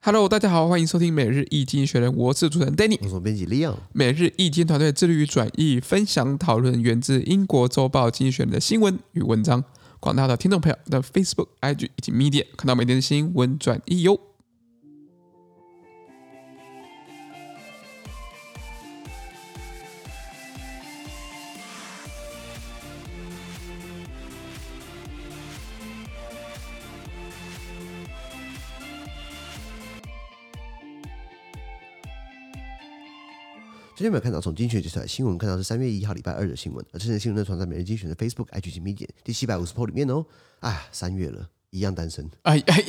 Hello，大家好，欢迎收听每日易经学人，我是主持人 Danny。我总编辑 Leon，每日易经团队致力于转译、分享、讨论源自英国周报《经济学人》的新闻与文章。广大的听众朋友的 Facebook、IG 以及 Media 看到每天的新闻转译哟。 最近有没有看到从精选这条新闻看到是三月一号礼拜二的新闻，而这则新闻呢传在每日精选的 Facebook、IG 及 Medium 第七百五十 p 里面哦。啊，三月了，一样单身。 哎哎，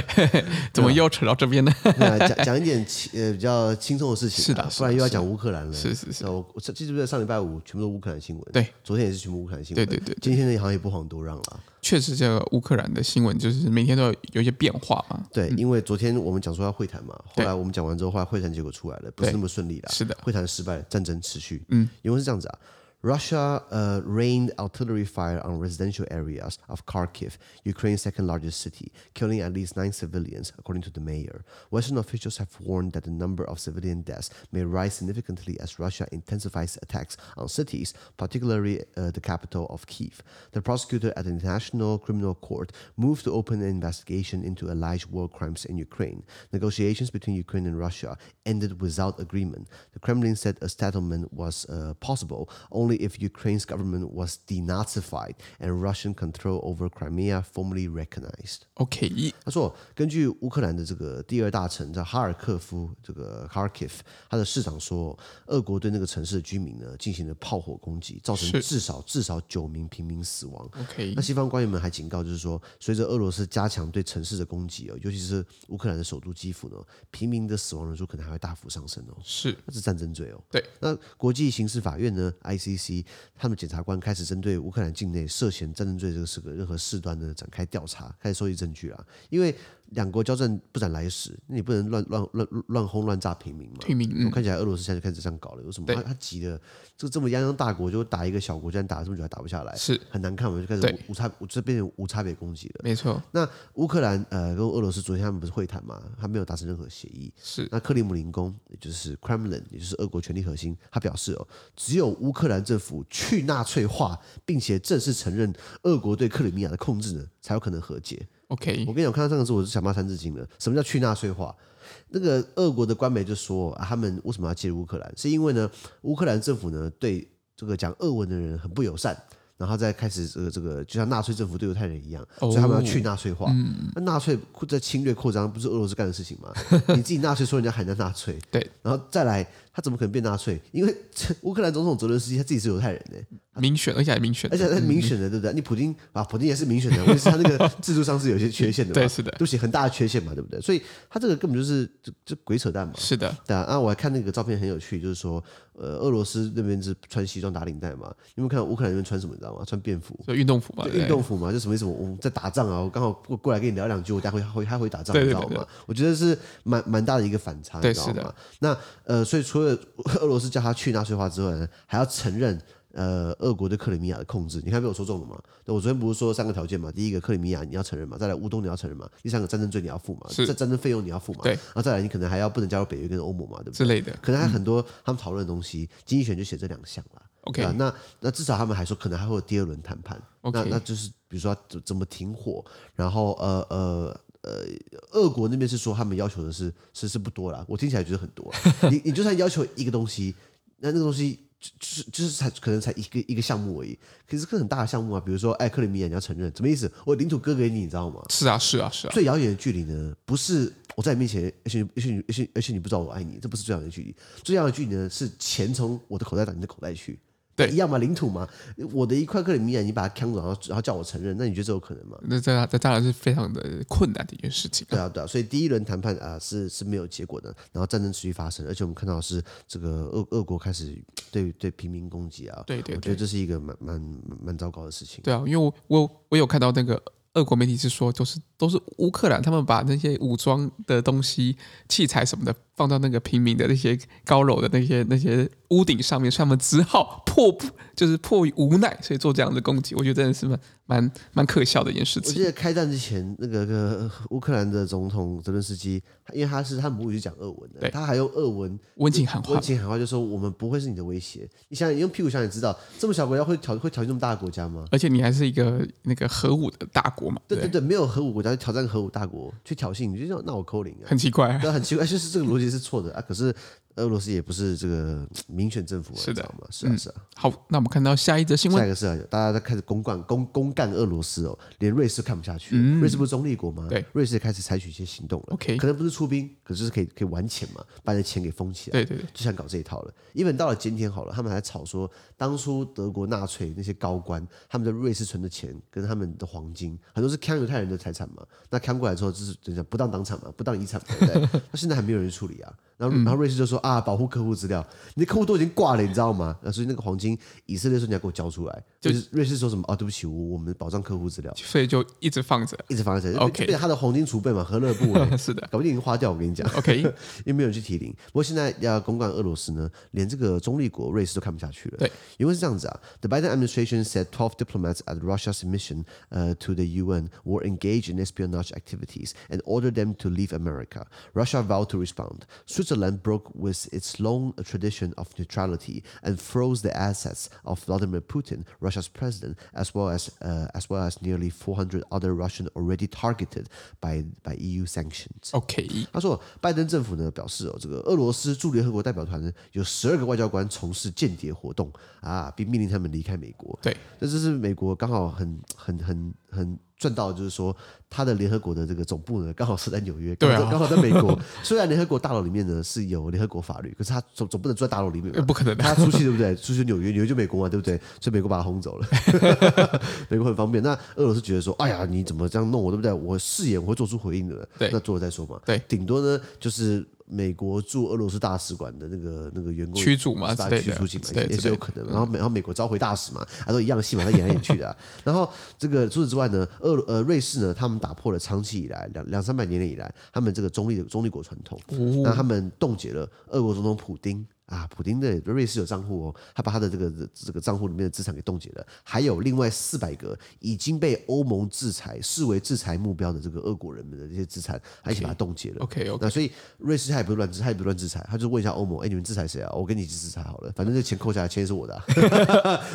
怎么又扯到这边呢？那讲讲一点轻呃比较轻松的事情啊，是的是不的然又要讲乌克兰了。是是是那我我这记不记得上礼拜五全部都乌克兰新闻？对，昨天也是全部乌克兰新对闻。对对，今天呢好像也不遑多让了。确实这个乌克兰的新闻就是每天都有有一些变化嘛。对，因为昨天我们讲说要会谈嘛，后对来我们讲完之后，后来会谈结果出来了，不是对那么顺利啦。是的，会谈失败，战争持续。嗯，因为是这样子啊。Russia uh, rained artillery fire on residential areas of Kharkiv, Ukraine's second largest city, killing at least nine civilians, according to the mayor. Western officials have warned that the number of civilian deaths may rise significantly as Russia intensifies attacks on cities, particularly uh, the capital of Kiev. The prosecutor at the International Criminal Court moved to open an investigation into alleged war crimes in Ukraine. Negotiations between Ukraine and Russia ended without agreement. The Kremlin said a settlement was uh, possible only if Ukraine's government was denazified and Russian control over Crimea formally recognized. OK，一他说，根据乌克兰的这个第二大城叫哈尔科夫，这个 Kharkiv，他的市长说，俄国对那个城市的居民呢进行了炮火攻击，造成是嗯至少至少九名平民死亡。 OK，那西方官员们还警告，就是说，随着俄罗斯加强对城市的攻击哦，尤其是乌克兰的首都基辅呢，平民的死亡人数可能还会大幅上升哦。是那是战争罪哦。对，那国际刑事法院呢 （ICC） 他们检察官开始针对乌克兰境内涉嫌战争罪这个事个任何事端呢展开调查，开始收集证据啊。因为两国交战不斩来使，那你不能乱乱乱乱轰乱炸平民嘛。平民，我嗯，看起来俄罗斯现在就开始这样搞了，有什么？对他他急的，这这么泱泱大国就打一个小国，竟然打了这么久还打不下来，是很难看嘛，我们就开始对无无差，这变成无差别攻击了。没错，那乌克兰呃跟俄罗斯昨天他们不是会谈嘛，还没有达成任何协议。是那克里姆林宫，也就是 Kremlin，也就是俄国权力核心，他表示哦，只有乌克兰政府去纳粹化，并且正式承认俄国对克里米亚的控制呢，才有可能和解。 OK，我跟你讲，我看到这个字，我就想骂三字经了。什么叫去纳粹化？那个俄国的官媒就说、啊，他们为什么要介入乌克兰？是因为呢，乌克兰政府呢对这个讲俄文的人很不友善，然后再开始这个这个，就像纳粹政府对犹太人一样，哦所以他们要去纳粹化。那纳粹在侵略扩张，不是俄罗斯干的事情吗？你自己纳粹说人家喊人家纳粹， 对，然后再来，他怎么可能变纳粹？因为乌克兰总统泽连斯基他自己是犹 太人呢、民选，而且还民选，而且他是民选的，对不对？你普京啊，普京也是民选的，问题是他那个制度上是有些缺陷的 嘛，对是的对不起，很大的缺陷嘛，对不对？所以他这个根本就是这这鬼扯淡嘛。是的，对啊，啊，我还看那个照片很有趣，就是说，呃，俄罗斯那边是穿西装打领带嘛，你有没有看到乌克兰那边穿什么？你知道吗？穿便服，就运动服嘛，就对不对运动服嘛，就什么意思？我我们在打仗啊，我刚好过过来跟你聊两句，我待会会还会打仗，对你对知道对吗？我觉得是蛮蛮大的一个反差，对你知道是吗的？那呃，所以除了俄罗斯叫他去纳粹化之外呢，还要承认。呃，俄国对克里米亚的控制，你看被我说中了嘛？对我昨天不是说三个条件嘛？第一个，克里米亚你要承认嘛；再来，乌东你要承认嘛；第三个，战争罪你要付嘛；是这战争费用你要付嘛；对然后再来，你可能还要不能加入北约跟欧盟嘛，对不之对？类的。可能还有很多他们讨论的东西，经济学就写这两项啦。 OK，对啊，那那至少他们还说可能还会有第二轮谈判。 OK 那那就是比如说怎怎么停火，然后呃呃呃，俄国那边是说他们要求的是是是不多啦，我听起来觉得很多 啦。你你就算要求一个东西，那那个东西。就就是就是才可能才一个一个项目而已，可是这个很大的项目啊，比如说哎克里米亚你要承认，什么意思？我领土割给你，你知道吗？是啊，是啊，是啊，最遥远的距离呢，不是我在你面前，而且而且你而且而且你不知道我爱你，这不是最遥远的距离。最遥远的距离呢，是钱从我的口袋到你的口袋去。对一样嘛，领土嘛，我的一块克里米亚，你把它抢走，然后然后叫我承认，那你觉得这有可能吗？那这这当然是非常的困难的一件事情啊。对啊，对啊，所以第一轮谈判啊、是是没有结果的，然后战争持续发生，而且我们看到是这个俄俄国开始对对平民攻击啊，对对我觉对得这是一个蛮蛮蛮蛮糟糕的事情。对啊，因为我我我有看到那个俄国媒体是说，就是都是乌克兰他们把那些武装的东西、器材什么的放到那个平民的那些高楼的那些那些屋顶上面，所以他们只好迫不就是迫于无奈，所以做这样的攻击。我觉得真的是蛮蛮蛮可笑的一件事我情。记得开战之前，那个、那个乌克兰的总统泽伦斯基，因为他是他母语是讲俄文的，对他还用俄文温情喊话温，情喊话，就说我们不会是你的威胁。你想想，你用屁股想也知道，这么小国家会挑会挑衅这么大的国家吗？而且你还是一个那个核武的大国嘛，对对对不对，对，没有核武国家去挑战核武大国去挑衅，你就说那我扣零啊，很奇怪啊。对，很奇怪， 就是这个逻辑是错的啊。可是俄罗斯也不是这个民选政府啊，是的你知道吗？是啊，是啊。好，那我们看到下一则新下闻，一个是啊大家都开始公干公公干俄罗斯哦，连瑞士看不下去了，瑞士不是中立国吗？嗯对，瑞士也开始采取一些行动了。 OK 可能不是出兵，可是可以可以玩钱嘛，把你的钱给封起来。对对对，就想搞这一套了。even 到了今天好了，他们还吵说，当初德国纳粹那些高官，他们在瑞士存的钱跟他们的黄金，很多是康犹太人的财产嘛。那康过来之后，就是等于讲不当党产嘛，不当遗产嘛，对不对？ 那现在还没有人处理啊。然后，然后瑞士就说啊，保护客户资料，你的客户都已经挂了，你知道吗？那所以那个黄金，以色列说你要给我交出来，就是瑞士说什么啊，对不起，我我们保障客户资料，所以就一直放着。一直放在这里， OK 就变成他的黄金储备嘛，何乐不为？是的搞不定已经花掉，我跟你讲。 ，OK， 因为没有人去提零。不过现在要公干俄罗斯呢，连这个中立国瑞士都看不下去了。对，因为是这样子啊，The Biden administration said 12 diplomats at Russia's mission、uh, to the UN were engaged in espionage activities and ordered them to leave America. Russia vowed to respond. Switzerland broke with its long tradition of neutrality and froze the assets of Vladimir Putin, Russia's president, as well as uh, as well as nearly 400 other Russian already targeted by by EU sanctions. OK，他说，拜登政府呢表示哦，这个俄罗斯驻联合国代表团呢有十二个外交官从事间谍活动啊，并命令他们离开美国。对，那这是美国刚好很很很很赚到，就是说他的联合国的这个总部呢刚好是在纽约，对啊刚好在刚好在美 国。虽然联合国大楼里面呢是有联合国法律，可是他总总不能住在大楼里面呃嘛。不可能 的。他出去对不对？出去纽约，纽约就美国嘛，对不对？所以美国把他轰走了， 美国很方便。那俄罗斯觉得说，哎呀，你怎么这样弄我，对不对？我誓言我会做出回应的，对那做了再说嘛。对顶多呢就是美国驻俄罗斯大使馆的那个那个员工驱逐嘛是吧之类的驱逐进之来类的也是有可嗯能。然后美然后美国召回大使嘛，他都一样的戏嘛，他演来演去的啊、 然后这个除此之外呢，俄呃瑞士呢，他们打破了长期以来两两三百年以来他们这个中立的中立国传统，哦那他们冻结了俄国总统普丁。啊，普丁的瑞士有账户哦，他把他的这个这个账户里面的资产给冻结了，还有另外四百个已经被欧盟制裁视为制裁目标的这个俄国人们的这些资产，还一起把它冻结了。 OK OK，那所以瑞士他也不是乱制，他也不是乱制裁，他就问一下欧盟，哎、你们制裁谁啊？我跟你一起制裁好了，反正这钱扣下来，钱也是我的、啊，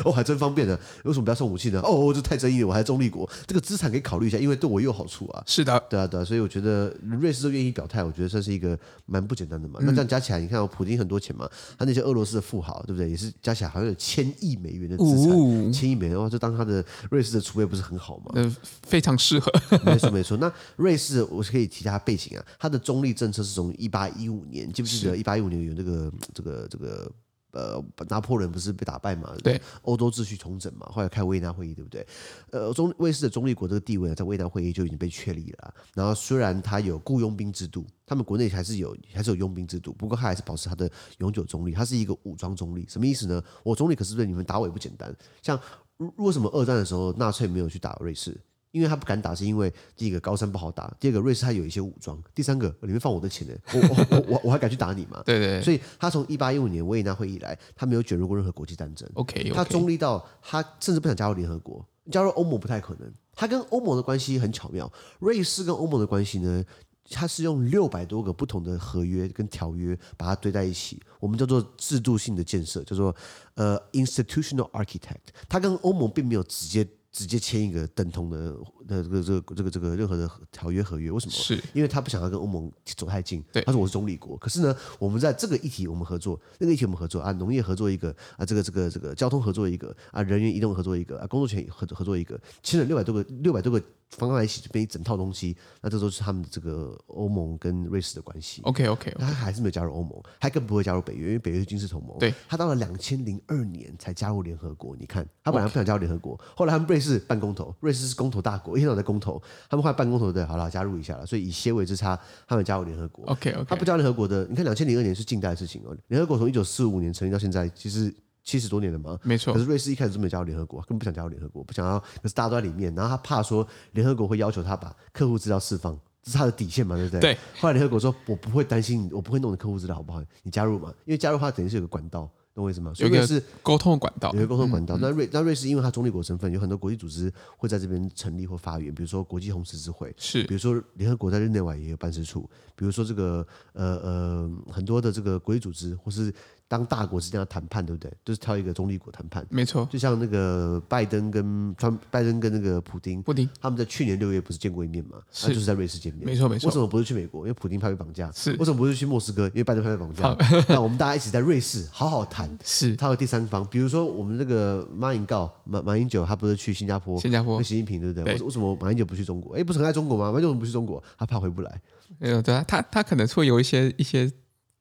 哦，还真方便呢。为什么不要送武器呢？哦，哦这太争议了，我还中立国，这个资产可以考虑一下，因为对我也有好处啊。是的，对啊，对啊，所以我觉得瑞士都愿意表态，我觉得算是一个蛮不简单的嘛。那这样加起来，你看、哦，普京很多钱嘛，他那些俄罗斯的富豪，对不对？也是加起来好像有千亿美元的资产，哦千亿美元的话，就当他的瑞士的储备不是很好吗？呃，非常适 合。没错没错。那瑞士，我是可以提它背景啊，它的中立政策是从一八一五年，记不记得一八一五年有这个这个这个。呃，拿破仑不是被打败嘛？对，欧洲秩序重整嘛，后来开维也纳会议，对不对？呃，中瑞士的中立国这个地位呢，啊在维也纳会议就已经被确立了啊、然后虽然它有雇佣兵制度，他们国内还是有还是有佣兵制度，不过它还是保持它的永久中立，它是一个武装中立。什么意思呢？我中立可是对你们打我也不简单。像如为什么二战的时候纳粹没有去打瑞士？因为他不敢打，是因为第一个高山不好打，第二个瑞士它有一些武装，第三个里面放我的钱呢，我我我我我还敢去打你吗？对对对所以他从一八一五年维也纳会议以来，他没有卷入过任何国际战争。 ，OK 他 OK，中立到他甚至不想加入联合国，加入欧盟不太可能。他跟欧盟的关系很巧妙，瑞士跟欧盟的关系呢，它是用六百多个不同的合约跟条约把它堆在一起，我们叫做制度性的建设，叫做呃 institutional architect。它跟欧盟并没有直接直接签一个等同的的这个这个这个这个任何的条约合约，为什么？是因为他不想要跟欧盟走太近。对他说我是中立国，可是呢，我们在这个议题我们合作，那个议题我们合作啊，农业合作一个啊，这个这个这个交通合作一个啊，人员移动合作一个啊，工作权合合作一个，签了六百多个六百多个方案一起，就变一整套东西。那这都是他们的这个欧盟跟瑞士的关系。 OK OK，他还是没有加入欧盟，他更不会加入北约，因为北约是军事同盟。对，他到了两千零二年才加入联合国。你看，他本来不想加入联合国，后来他们瑞士办公投，瑞士是公投大国，一天到晚在公投，他们后来办公投对，好了，加入一下了。所以以些微之差，他们加入联合国。 OK 他不 OK，加入联合国的，你看两千零二年是近代的事情哦，联合国从一九四五年成立到现在，其实七十多年了嘛。没错可，是瑞士一开始就没有加入联合国，根本不想加入联合国，不想要。可是大家都在里面，然后他怕说联合国会要求他把客户资料释放，这是他的底线嘛，对不对？对。后来联合国说，我不会担心你，我不会弄你客户资料，好不好？你加入嘛，因为加入的话等于是有个管道，懂我意思吗？所有以一个哦嗯瑞士沟通的管道有一。个沟通管道。那瑞那瑞士因为它中立国身份，有很多国际组织会在这边成立或发源，比如说国际红十字会，是比如说联合国在日内瓦也有办事处，比如说这个呃呃很多的这个国际组织或是当大国之间要谈判，对不对？就是挑一个中立国谈判，没错，就像那个拜登跟川拜登跟那个普丁，布丁他们在去年六月不是见过一面吗？是那就是在瑞士见面。没错没错为什么不是去美国？因为普丁怕被绑架。是为什么不是去莫斯科？因为拜登怕被绑架。那我们大家一起在瑞士好好谈。是他有第三方，比如说我们这个马英九，马马英九他不是去新加坡，新加坡跟，习近平对不对？对为什为什么马英九不去中国？哎，不是很爱中国吗？马英九怎么不去中国？他怕回不来。呃，对啊，他他可能会有一些一些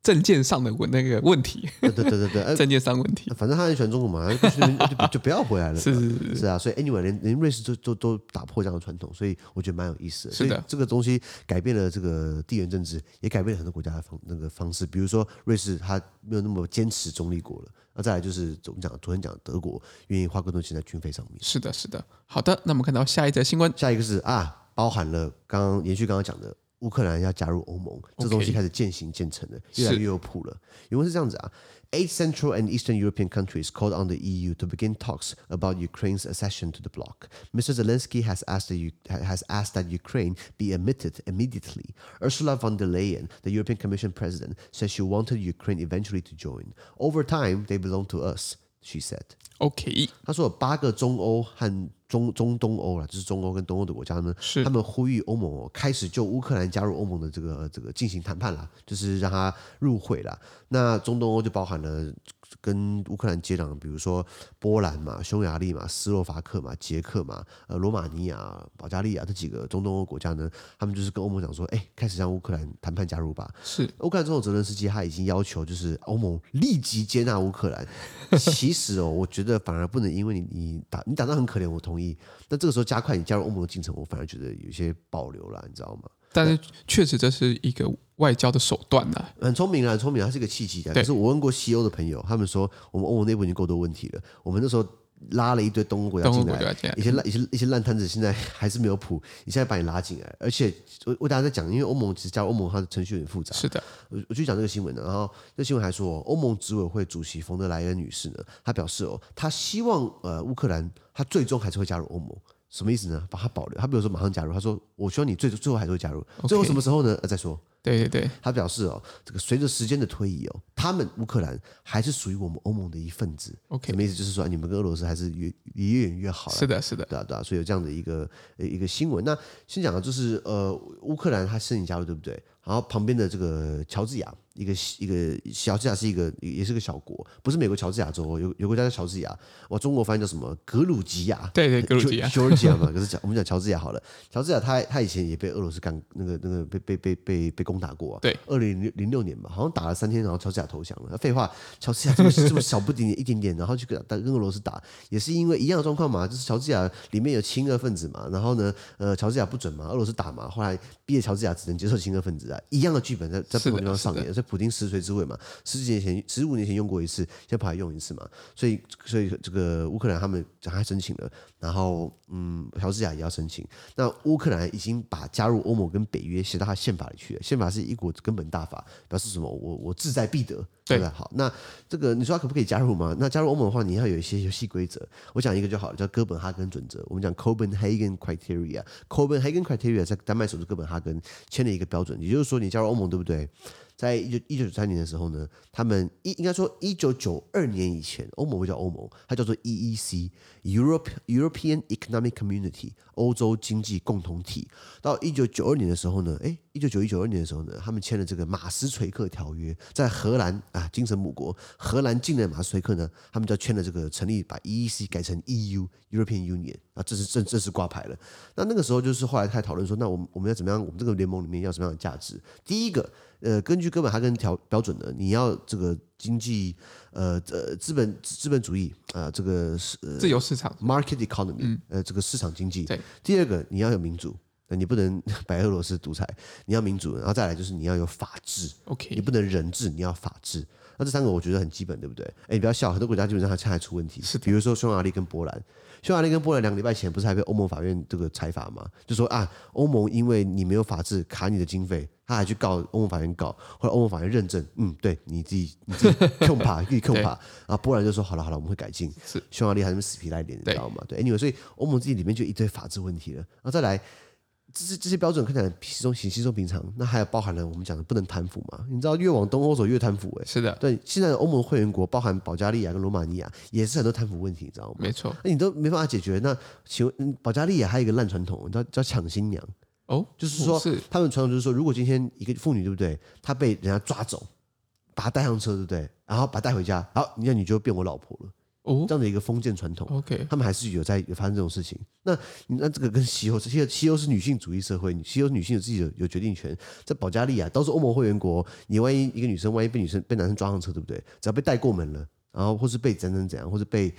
证件上的问那个问 题，对对对对对，哎，证件上问题。反正他很喜欢中国嘛，他去那边就不就不要回来了。是是是是是啊，所以 anyway，连连瑞士都都都打破这样的传统，所以我觉得蛮有意思的。是的所以这个东西改变了这个地缘政治，也改变了很多国家的方那个方式。比如说瑞士，它没有那么坚持中立国了。那再来就是我们讲昨天讲的德国愿意花更多钱在军费上面。是的，是的。好的，那我们看到下一则新闻，下一个是啊，包含了刚刚延续刚刚讲的，乌克兰要加入欧盟，这东西开始渐行渐成了，越来是越有谱了。原文是这样子啊，Eight Central and Eastern European countries called on the EU to begin talks about Ukraine's accession to the bloc. Mr. Zelensky has asked the, U- has asked that Ukraine be admitted immediately. Ursula von der Leyen, the European Commission president, said she wanted Ukraine eventually to join. Over time, they belong to us, she said. OK，他说有八个中欧和中中东欧啦，就是中欧跟东欧的国家呢，是他们呼吁欧盟哦开始就乌克兰加入欧盟的这个呃这个进行谈判啦，就是让他入会啦。那中东欧就包含了跟乌克兰接壤，比如说波兰嘛、匈牙利嘛、斯洛伐克嘛、捷克嘛、呃罗马尼亚、保加利亚这几个中东欧国家呢，他们就是跟欧盟讲说，哎，开始让乌克兰谈判加入吧。是乌克兰总统泽连斯基他已经要求，就是欧盟立即接纳乌克兰。 其实哦，我觉得反而不能因为你你打你打到很可怜，我同意。那这个时候加快你加入欧盟的进程，我反而觉得有些保留了，你知道吗？但是确实这是一个外交的手段呐、很聪明啊，很聪明啊，它是一个契机啊。对可是我问过西欧的朋友，他们说我们欧盟内部已经够多问题了，我们那时候拉了一堆东欧国家东欧啊进国家来，进来一些烂一些一些烂摊子，现在还是没有谱，你现在把你拉进来，而且我我大家在讲，因为欧盟其实加入欧盟它的程序很复杂，是的，我我去讲这个新闻的，然后这新闻还说，欧盟执委会主席冯德莱恩女士呢，她表示哦，她希望呃乌克兰她最终还是会加入欧盟，什么意思呢？把她保留，她没有说马上加入，她说我希望你最最后还是会加入，最后什么时候呢？呃、再说。对对对，她表示哦，这个随着时间的推移哦，他们乌克兰还是属于我们欧盟的一份子。 OK 什么意思？就是说哎你们跟俄罗斯还是越离越远越好啦是的，是的，对啊，对啊，所以有这样的一个呃一个新闻。那先讲的就是呃，乌克兰它申请加入，对不对？然后旁边的这个乔治亚，一个一个乔治亚是一个也是个小国，不是美国乔治亚州哦，有有国家叫乔治亚，哇，中国翻译叫什么？格鲁吉亚，对啊对，格鲁吉亚 g e o r g i a 嘛。可是讲我们讲乔治亚好了，乔治亚他他以前也被俄罗斯干那个那个被被被被被攻打过、啊。对，二零零六年吧，好像打了三天，然后乔治亚投降了。废话，乔治亚这么这么小不点点一点点，然后去跟打跟俄罗斯打，也是因为一样的状况嘛，就是乔治亚里面有亲俄分子嘛，然后呢，呃，乔治亚不准嘛，俄罗斯打嘛，后来逼得乔治亚只能接受亲俄分子啊，一样的剧本在在不同地方上演，所以普丁实锤之位嘛，十几年前、十五年前用过一次，现在跑来用一次嘛，所以所以这个乌克兰他们还申请了，然后嗯，乔治亚也要申请。那乌克兰已经把加入欧盟跟北约写到他宪法里去了，宪法是一国根本大法，表示什么？我我志在必得，对不对？好，那这个你说他可不可以加入吗？那加入欧盟的话，你要有一些游戏规则。我讲一个就好了，叫哥本哈根准则。我们讲 Copenhagen criteria。Copenhagen criteria 在丹麦首都哥本哈根签了一个标准，也就是说你加入欧盟，对不对？在一九一九九三年的时候呢，他们一应该说一九九二年以前，欧盟会叫欧盟，它叫做 E EEC（Europe European Economic Community） 欧洲经济共同体。到一九九二年的时候呢，诶，一九九一九二年的时候呢，他们签了这个马斯垂克条约，在荷兰啊，精神母国荷兰境内马斯垂克呢，他们就签了这个成立，把 EEC 改成 EU European Union 啊，这是正正式挂牌了。那那个时候就是后来开始讨论说，那我们我们要怎么样？我们这个联盟里面要什么样的价值？第一个，呃，根据哥本哈根条标准呢，你要这个经济，呃呃，资本资本主义啊、这个是呃自由市场 market economy，、呃，这个市场经济。嗯对，第二个你要有民主，那你不能 白俄罗斯独裁，你要民主，然后再来就是你要有法治，你，OK，不能人治，你要法治。那这三个我觉得很基本，对不对？哎，你不要笑，很多国家基本上它现在还出问题，是的比如说匈牙利跟波兰，匈牙利跟波兰两个礼拜前不是还被欧盟法院这个裁罚吗？就说啊，欧盟因为你没有法治卡你的经费，他还去告欧盟法院告，后来欧盟法院认证，嗯，对你自己你自己控怕，自己控怕啊。波兰就说好了好了，我们会改进。是匈牙利还是死皮赖脸，你对知道吗？对，anyway，所以欧盟自己里面就一堆法治问题了。然后再来，这这这些标准看起来稀松稀稀松平常，那还有包含了我们讲的不能贪腐嘛？你知道越往东欧走越贪腐哎、是的，对，现在的欧盟会员国包含保加利亚跟罗马尼亚也是很多贪腐问题，你知道吗？没错。那你都没办法解决。那请问，嗯保加利亚还有一个烂传统，你知道叫抢新娘，哦，就是说是他们传统就是说，如果今天一个妇女对不对，她被人家抓走，把她带上车对不对，然后把她带回家，好，那你就变我老婆了，哦这样的一个封建传统。 ，OK，他们还是有在有发生这种事情。那那这个跟西欧，西欧西欧是女性主义社会，西欧女性有自己有有决定权。在保加利亚，都是欧盟会员国，你万一一个女生，万一被女生被男生抓上车，对不对？只要被带过门了，然后或是被怎怎怎样，或是被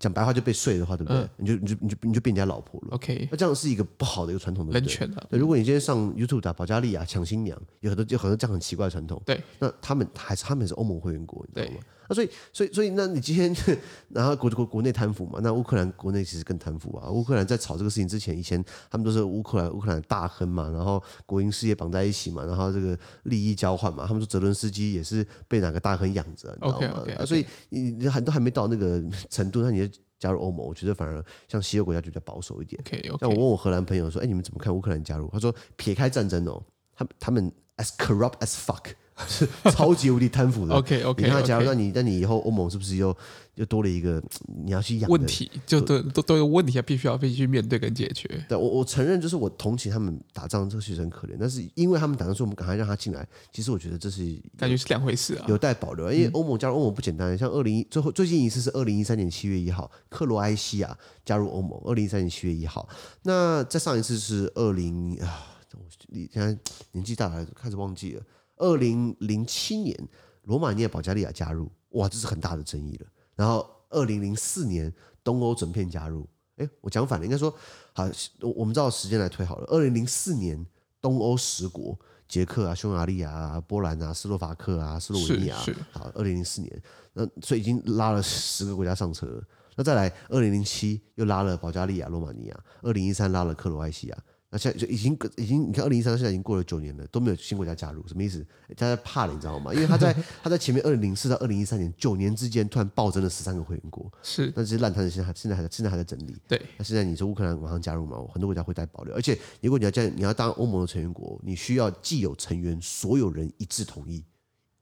讲白话就被睡的话，对不对？你就你就你就你就变人家老婆了。 OK，那这样是一个不好的一个传统的人权啊，对，如果你今天上 YouTube 打保加利亚抢新娘，有很多有很多这样很奇怪的传统。对，那他们还是他们也是欧盟会员国，你知道对吗？那所以所以所以，那你今天 然后国国国内贪腐嘛，那乌克兰国内其实更贪腐啊。乌克兰在炒这个事情之前，以前他们都是乌克兰乌克兰大亨嘛，然后国营事业绑在一起嘛，然后这个利益交换嘛。他们说泽伦斯基也是被哪个大亨养着，你知道吗 OK，OK，OK 啊所以你你还都还没到那个程度，那你就加入欧盟，我觉得反而像西欧国家就比较保守一点。 OK 那我 OK，问我荷兰朋友说：“哎、你们怎么看乌克兰加入？”他说：“撇开战争哦，他们他们 as corrupt as fuck，是 超级无敌贪 腐的。 OK，OK，你让他加入， OK 那你那你以后欧盟是不是又又多了一个你要去养的问？题就都都都有问题啊，必须要必须去面对跟解决。对我我承认，就是我同情他们打仗，这个确实很可怜。但是因为他们打仗，说我们赶快让他进来，其实我觉得这是感觉是两回事啊。有待保留，因为欧盟加入欧盟不简单。像二零一最后最近一次是二零一三年七月一号，克罗埃西亚加入欧盟，二零一三年七月一号。那再上一次是二零啊，我你现在年纪大了，开始忘记了。二零零七年，罗马尼亚、保加利亚加入，哇，这是很大的争议了。然后二零零四年，东欧整片加入。哎，我讲反了，应该说，好，我我们照时间来推好了。二零零四年，东欧十国，捷克啊、匈牙利啊、波兰啊、斯洛伐克啊、斯洛文尼亚是是，好，二零零四年，那所以已经拉了十个国家上车了。那再来，二零零七又拉了保加利亚、罗马尼亚，二零一三拉了克罗埃西亚。那现在就已经已经，你看二零一三现在已经过了九年了，都没有新国家加入，什么意思？大家怕了，你知道吗？因为他在 他在前面二零零四到二零一三年九年之间，突然暴增了十三个会员国，是，那这些烂摊子现在还现在还在现在还在整理。对，那现在你说乌克兰马上加入嘛？很多国家会带保留，而且如果你要加，你要当欧盟的成员国，你需要既有成员所有人一致同意，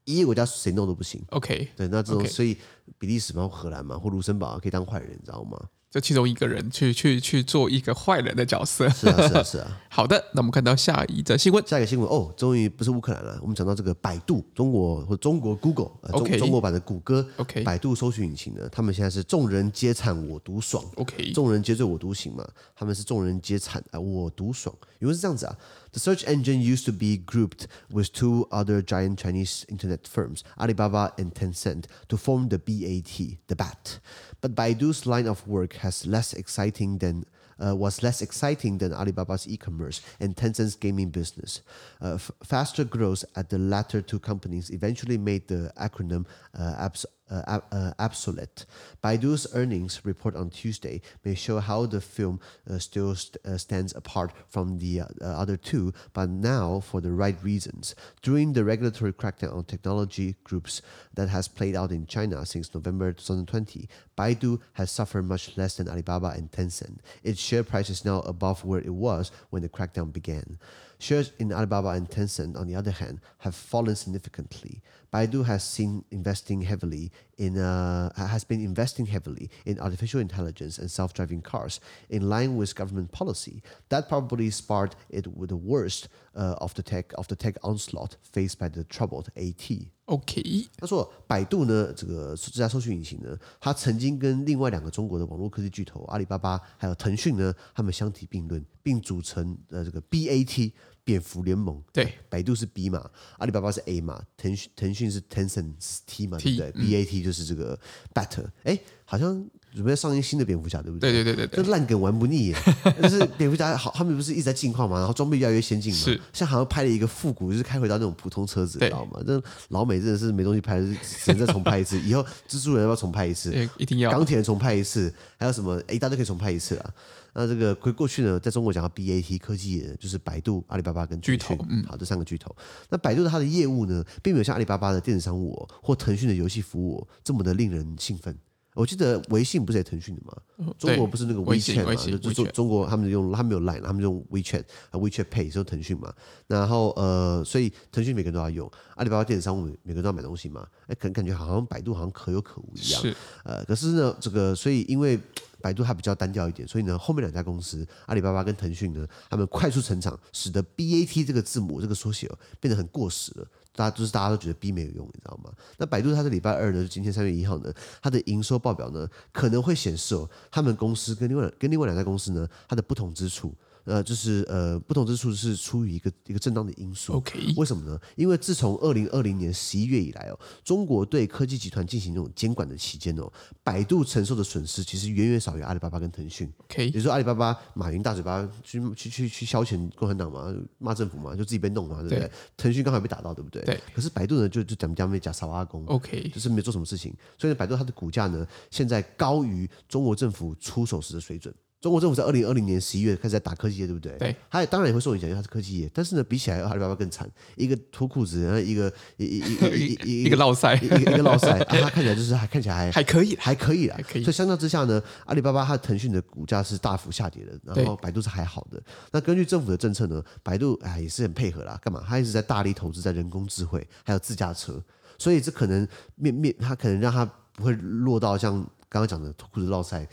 一个国家谁弄都不行。 OK，对，那这种 OK 所以比利时嘛、荷兰嘛或卢森堡啊可以当坏人，你知道吗？就其中一个人去去去做一个坏人的角色。是啊， 是啊，是啊。好的，那我们看到下一则新闻。下一个新闻哦，终于不是乌克兰了，我们讲到这个百度中国或中国 Google，、呃、中 OK 中国版的谷歌 OK 百度搜索引擎呢，他们现在是众人皆惨我独爽。 OK，众人皆醉我独醒嘛，他们是众人皆惨啊，我独爽。因为是这样子啊，The search engine used to be grouped with two other giant Chinese internet firms, Alibaba and Tencent, to form the BAT, the BAT. But Baidu's line of work has less exciting than uh, was less exciting than Alibaba's e-commerce and Tencent's gaming business. Uh, f- faster growth at the latter two companies eventually made the acronym uh, abs- uh, ab- uh, obsolete. Baidu's earnings report on Tuesday may show how the film uh, still st- uh, stands apart from the uh, uh, other two, but now for the right reasons. During the regulatory crackdown on technology groups that has played out in China since November 2020, Baidu has suffered much less than Alibaba and Tencent. Its share price is now above where it was when the crackdown began. Shares in Alibaba and Tencent, on the other hand, have fallen significantly. Baidu has seen investing heavily in uh, has been investing heavily in artificial intelligence and self-driving cars in line with government policy. That probably sparked it with the worst uh, of the tech of the tech onslaught faced by the troubled AT. OK，他说，百度呢，这个这家搜索引擎呢，它曾经跟另外两个中国的网络科技巨头阿里巴巴还有腾讯呢，他们相提并论，并组成呃这个 BAT 蝙蝠联盟。对，百度是 B 嘛，阿里巴巴是 A 嘛，腾讯腾讯是 Tencent 是 T 嘛，对 T，嗯不对、b a t 就是这个 Bat。哎，好像准备上映新的蝙蝠侠，对不对对对对对对这烂梗玩不腻 耶，就是蝙蝠侠好，他们不是一直在进化嘛，然后装备越来越先进嘛，是像好像拍了一个复古，就是开回到那种普通车子，你对知道吗？这老美真的是没东西拍，只能再重拍一次。以后蜘蛛人要不要重拍一次？也一定要钢铁人重拍一次，还有什么？诶一大堆可以重拍一次啊。那这个回过去呢，在中国讲到 BAT 科技业，就是百度、阿里巴巴跟巨腾讯头嗯好，这三个巨头。那百度的它的业务呢，并没有像阿里巴巴的电子商务哦、或腾讯的游戏服务哦、这么的令人兴奋。我记得微信不是也腾讯的吗？中国嗯对不是那个微信 WeChat 嘛，微信就就中 WeChat 中国他们用他们有 Line，他们用 WeChat 啊 WeChat Pay 是用腾讯嘛，然后呃，所以腾讯每个人都要用，阿里巴巴电子商务每个人都要买东西嘛，哎，可能感觉好像百度好像可有可无一样，是呃，可是呢，这个所以因为百度它比较单调一点，所以呢，后面两家公司阿里巴巴跟腾讯呢，他们快速成长，使得 BAT 这个字母这个缩写哦变得很过时了。大家就是大家都觉得 B 没有用，你知道吗？那百度它的礼拜二呢，就今天三月一号呢，它的营收报表呢可能会显示哦，他们公司跟另外跟另外两家公司呢，它的不同之处，呃，就是呃不同之处是出于一个一个正当的因素。 OK，为什么呢？因为自从二零二零年十一月以来哦，中国对科技集团进行这种监管的期间哦，百度承受的损失其实远远少于阿里巴巴跟腾讯。 OK，比如说阿里巴巴，马云大嘴巴去去去去消遣共产党嘛，骂政府嘛，就自己被弄嘛，对不对对？腾讯刚好也被打到，对不对？对。可是百度呢，就就咱们家没假傻阿公。 OK，就是没有做什么事情，所以呢，百度它的股价呢，现在高于中国政府出手时的水准。中国政府在二零二零年十一月开始在打科技业，对不对？对，它也当然也会受影响，因为它是科技业。但是呢，比起来阿里巴巴更惨，一个脱裤子，然后一个一一一一一一个落塞一哎个一个落塞，啊，它看起来就是还看起来还还可以啦，还可以啦，还可以所以相较之下呢，阿里巴巴和腾讯的股价是大幅下跌的，然后百度是还好的。那根据政府的政策呢，百度哎也是很配合啦，干嘛？它一直在大力投资在人工智慧还有自驾车，所以这可能面面它可能让它不会落到像。刚刚讲的脱裤子绕赛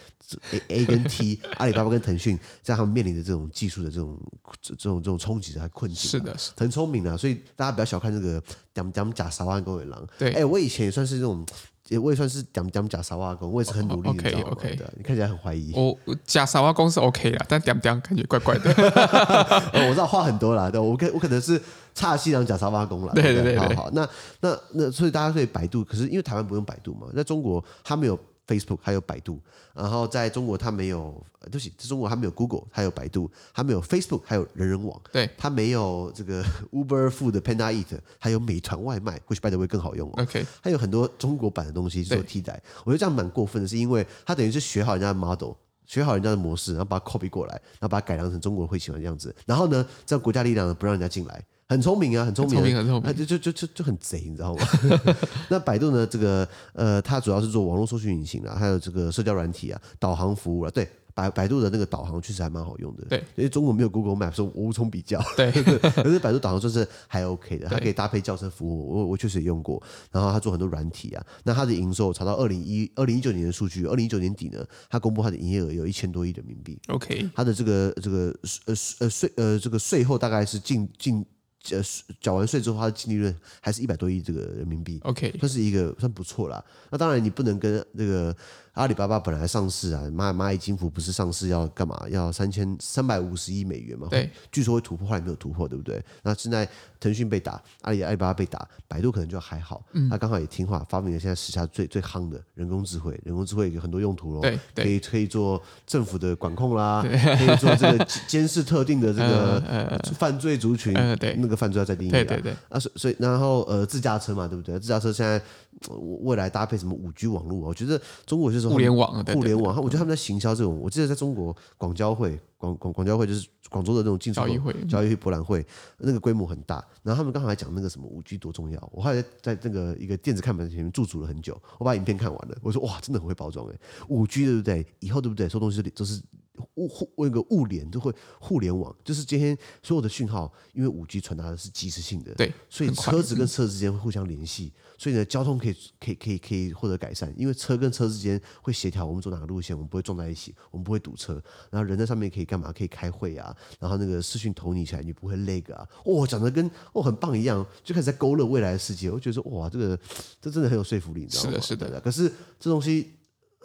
，A A 跟 T，阿里巴巴跟腾讯，在他们面临的这种技术的这种这这种这种冲击和困境啊，是的，是很聪明的，所以大家不要小看这个“屌屌假沙瓦跟尾狼”。对哎、我以前也算是那种，也我也算是“屌屌假沙瓦工，我也是很努力的，哦你知道吗 OK，OK 哦对啊你看起来很怀疑。我我假傻瓜公是 OK 啦，但点点感觉怪怪 的。哦， 我知道话很多啦，对，我可我可能是差西洋假沙发工啦。对对对对不好对好，那那那，所以大家对百度，可是因为台湾不用百度嘛，在中国它没有 Facebook，还有百度，然后在中国它没有，呃对不起，在中国它没有 Google，还有百度，它没有 Facebook，还有人人网，对它没有这个 Uber Food、Panda Eat，还有美团外卖，which by the way 更好用哦。 OK，它有很多中国版的东西做替代，我觉得这样蛮过分的，是因为它等于是学好人家的 model，学好人家的模式，然后把它 copy 过来，然后把它改良成中国人会喜欢的样子，然后呢，这样国家力量呢不让人家进来，很聪明啊，很聪明很啊、聪明很聪明啊就就就就就很贼，你知道吗？ 那百度呢，这个呃，它主要是做网络搜寻引擎啊啦，还有这个社交软体啊，导航服务啦，对。百百度的那个导航确实还蛮好用的，对，因为中国没有 Google Map，所以我无从比较。对 可是百度导航算是还 OK 的，它对可以搭配轿车服务，我我确实也用过。然后它做很多软体啊，那它的营收查到二零一二零一九年的数据，二零一九年底呢，它公布它的营业额有一千多亿人民币， ，OK，它的这个这个呃呃税呃这个税后大概是净净呃缴完税之后，它的净利润还是一百多亿这个人民币。 OK，算是一个算不错啦。那当然，你不能跟那个阿里巴巴本来上市啊，蚂蚂蚁金服不是上市要干嘛？要三千三百五十亿美元嘛？哦对，据说会突破，后来没有突破，对不对？那现在腾讯被打，阿里阿里巴巴被打，百度可能就还好，嗯它刚好也听话，发明了现在时下最最夯的人工智慧。人工智慧有很多用途喽，对可对以可以做政府的管控啦，可以做这个监监视特定的这 嗯个犯罪族群，呃对那个犯罪要在定义对啊，对对啊，所以所以然后呃，自驾车嘛，对不对？自驾车现在呃未来搭配什么五 G 网络，我觉得中国就是互联网，对互对联网，我觉得他们在行销这种，我记得在中国广交会广广广交会就是广州的那种进出口交易会交易会博览会，那个规模很大。然后他们刚才讲那个什么五 G 多重要，我后来在在那个一个电子看板前面驻足了很久，我把影片看完了，我说哇，真的很会包装哎、欸，五 G 对不对？以后对不对？说东西都是物互那个物联就会互联网，就是今天所有的讯号，因为五 G 传达的是即时性的，对，所以很快嗯车子跟车之间会互相联系，所以呢，交通可以可以可以可以获得改善，因为车跟车之间会协调我们走哪个路线，我们不会撞在一起，我们不会堵车，然后人在上面可以干嘛？可以开会啊，然后那个视讯投你起来，你不会 lag 啊。哦，讲的跟哦很棒一样，就开始在勾勒未来的世界。我觉得说哇，这个这真的很有说服力，你知道吗？是的是的对啊可是这东西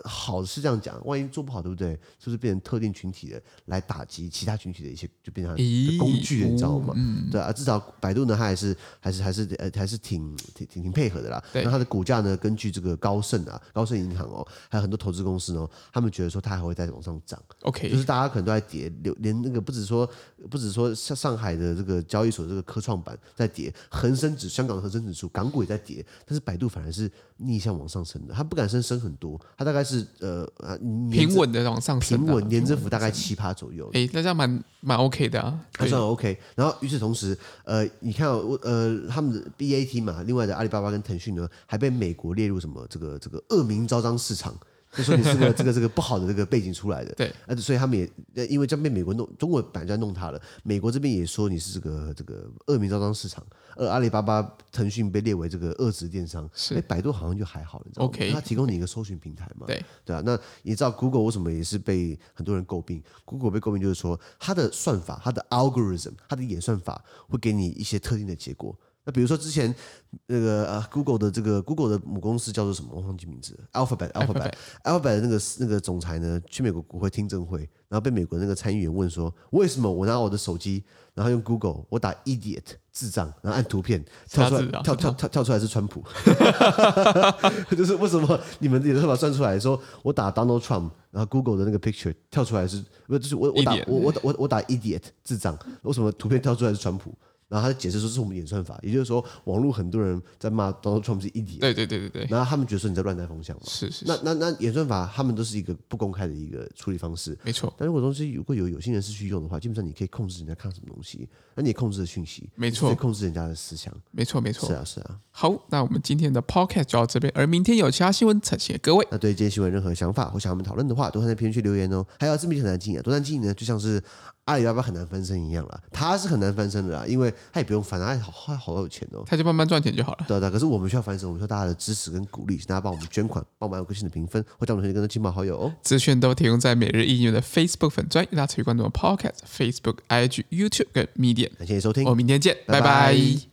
好是这样讲，万一做不好，对不对？是不是变成特定群体的来打击其他群体的一些，就变成咦呃工具了，你知道吗？嗯，对啊，至少百度呢，它还是还是还是呃还是挺挺挺挺配合的啦。对那它的股价呢，根据这个高盛啊，高盛银行哦，还有很多投资公司哦，他们觉得说它还会再往上涨，就 OK，是大家可能都在跌，连连那个不止说不止说像上海的这个交易所这个科创板在跌，恒生指香港的恒生指数、港股也在跌，但是百度反而是逆向往上升的，它不敢升升很多，它大概概是呃啊年平稳的往上升、啊，平稳年增幅大概七趴左右，哎，那这样蛮蛮 OK 的啊，还对算 OK。然后与此同时，呃，你看哦我呃他们的 BAT 嘛，另外的阿里巴巴跟腾讯呢，还被美国列入什么这个这个恶名昭彰市场。就说你是个这个这个不好的这个背景出来的，对，呃，所以他们也呃因为这样被美国弄，中国本来就在弄他了，美国这边也说你是这个这个恶名昭彰市场，而阿里巴巴、腾讯被列为这个恶质电商，是哎百度好像就还好了，你知道吗 OK 因为它提供你一个搜寻平台嘛，对对啊，那你知道 Google 为什么也是被很多人诟病？Google 被诟病就是说它的算法、它的 algorithm、它的演算法会给你一些特定的结果。那比如说之前那个呃 Google 的这个 Google 的母公司叫做什么？我忘记名字了，Alphabet Alphabet Alphabet 的那个那个总裁呢，去美国国会听证会，然后被美国那个参议员问说，为什么我拿我的手机，然后用 Google 我打 idiot 智障，然后按图片跳出啥来字啊跳跳跳跳出来是川普。 就是为什么你们也是把算出来说，我打 Donald Trump，然后 Google 的那个 picture 跳出来是，不是就是我我打 Idiot 我我打我我打 idiot 智障，为什么图片跳出来是川普？然后他就解释说这是我们演算法，也就是说网络很多人在骂 Donald Trump 是 idiot，对对对对对，然后他们觉得说你在乱带风向嘛。是是那是，那那演算法他们都是一个不公开的一个处理方式。没错但如果东西如果有有心人士去用的话，基本上你可以控制人家看什么东西，那你也控制了讯息，没你就可以错控制人家的思想。没错没是错。啊是啊。好，那我们今天的 podcast 就到这边，而明天有其他新闻呈现给各位。那对今天新闻有任何想法或想我们讨论的话，都可以在评论区留言哦。还有自媒体很难经营、啊，多难经营呢，就像是阿里巴巴很难翻身一样啦， 他是很难翻身的啦，因为他也不用翻啊，他也好他好有钱哦。他就慢慢赚钱就好了。对啊对啊，可是我们需要翻身，我们需要大家的支持跟鼓励，请大家帮我们捐款，帮我们按五颗星的评分，或加我们推荐跟亲朋好友哦。资讯都提供在每日一英语的 Facebook 粉专，大家持续关注我们 Podcast、Facebook、IG、YouTube 跟 Media。感谢你收听我，们明天见，哎哦拜拜拜拜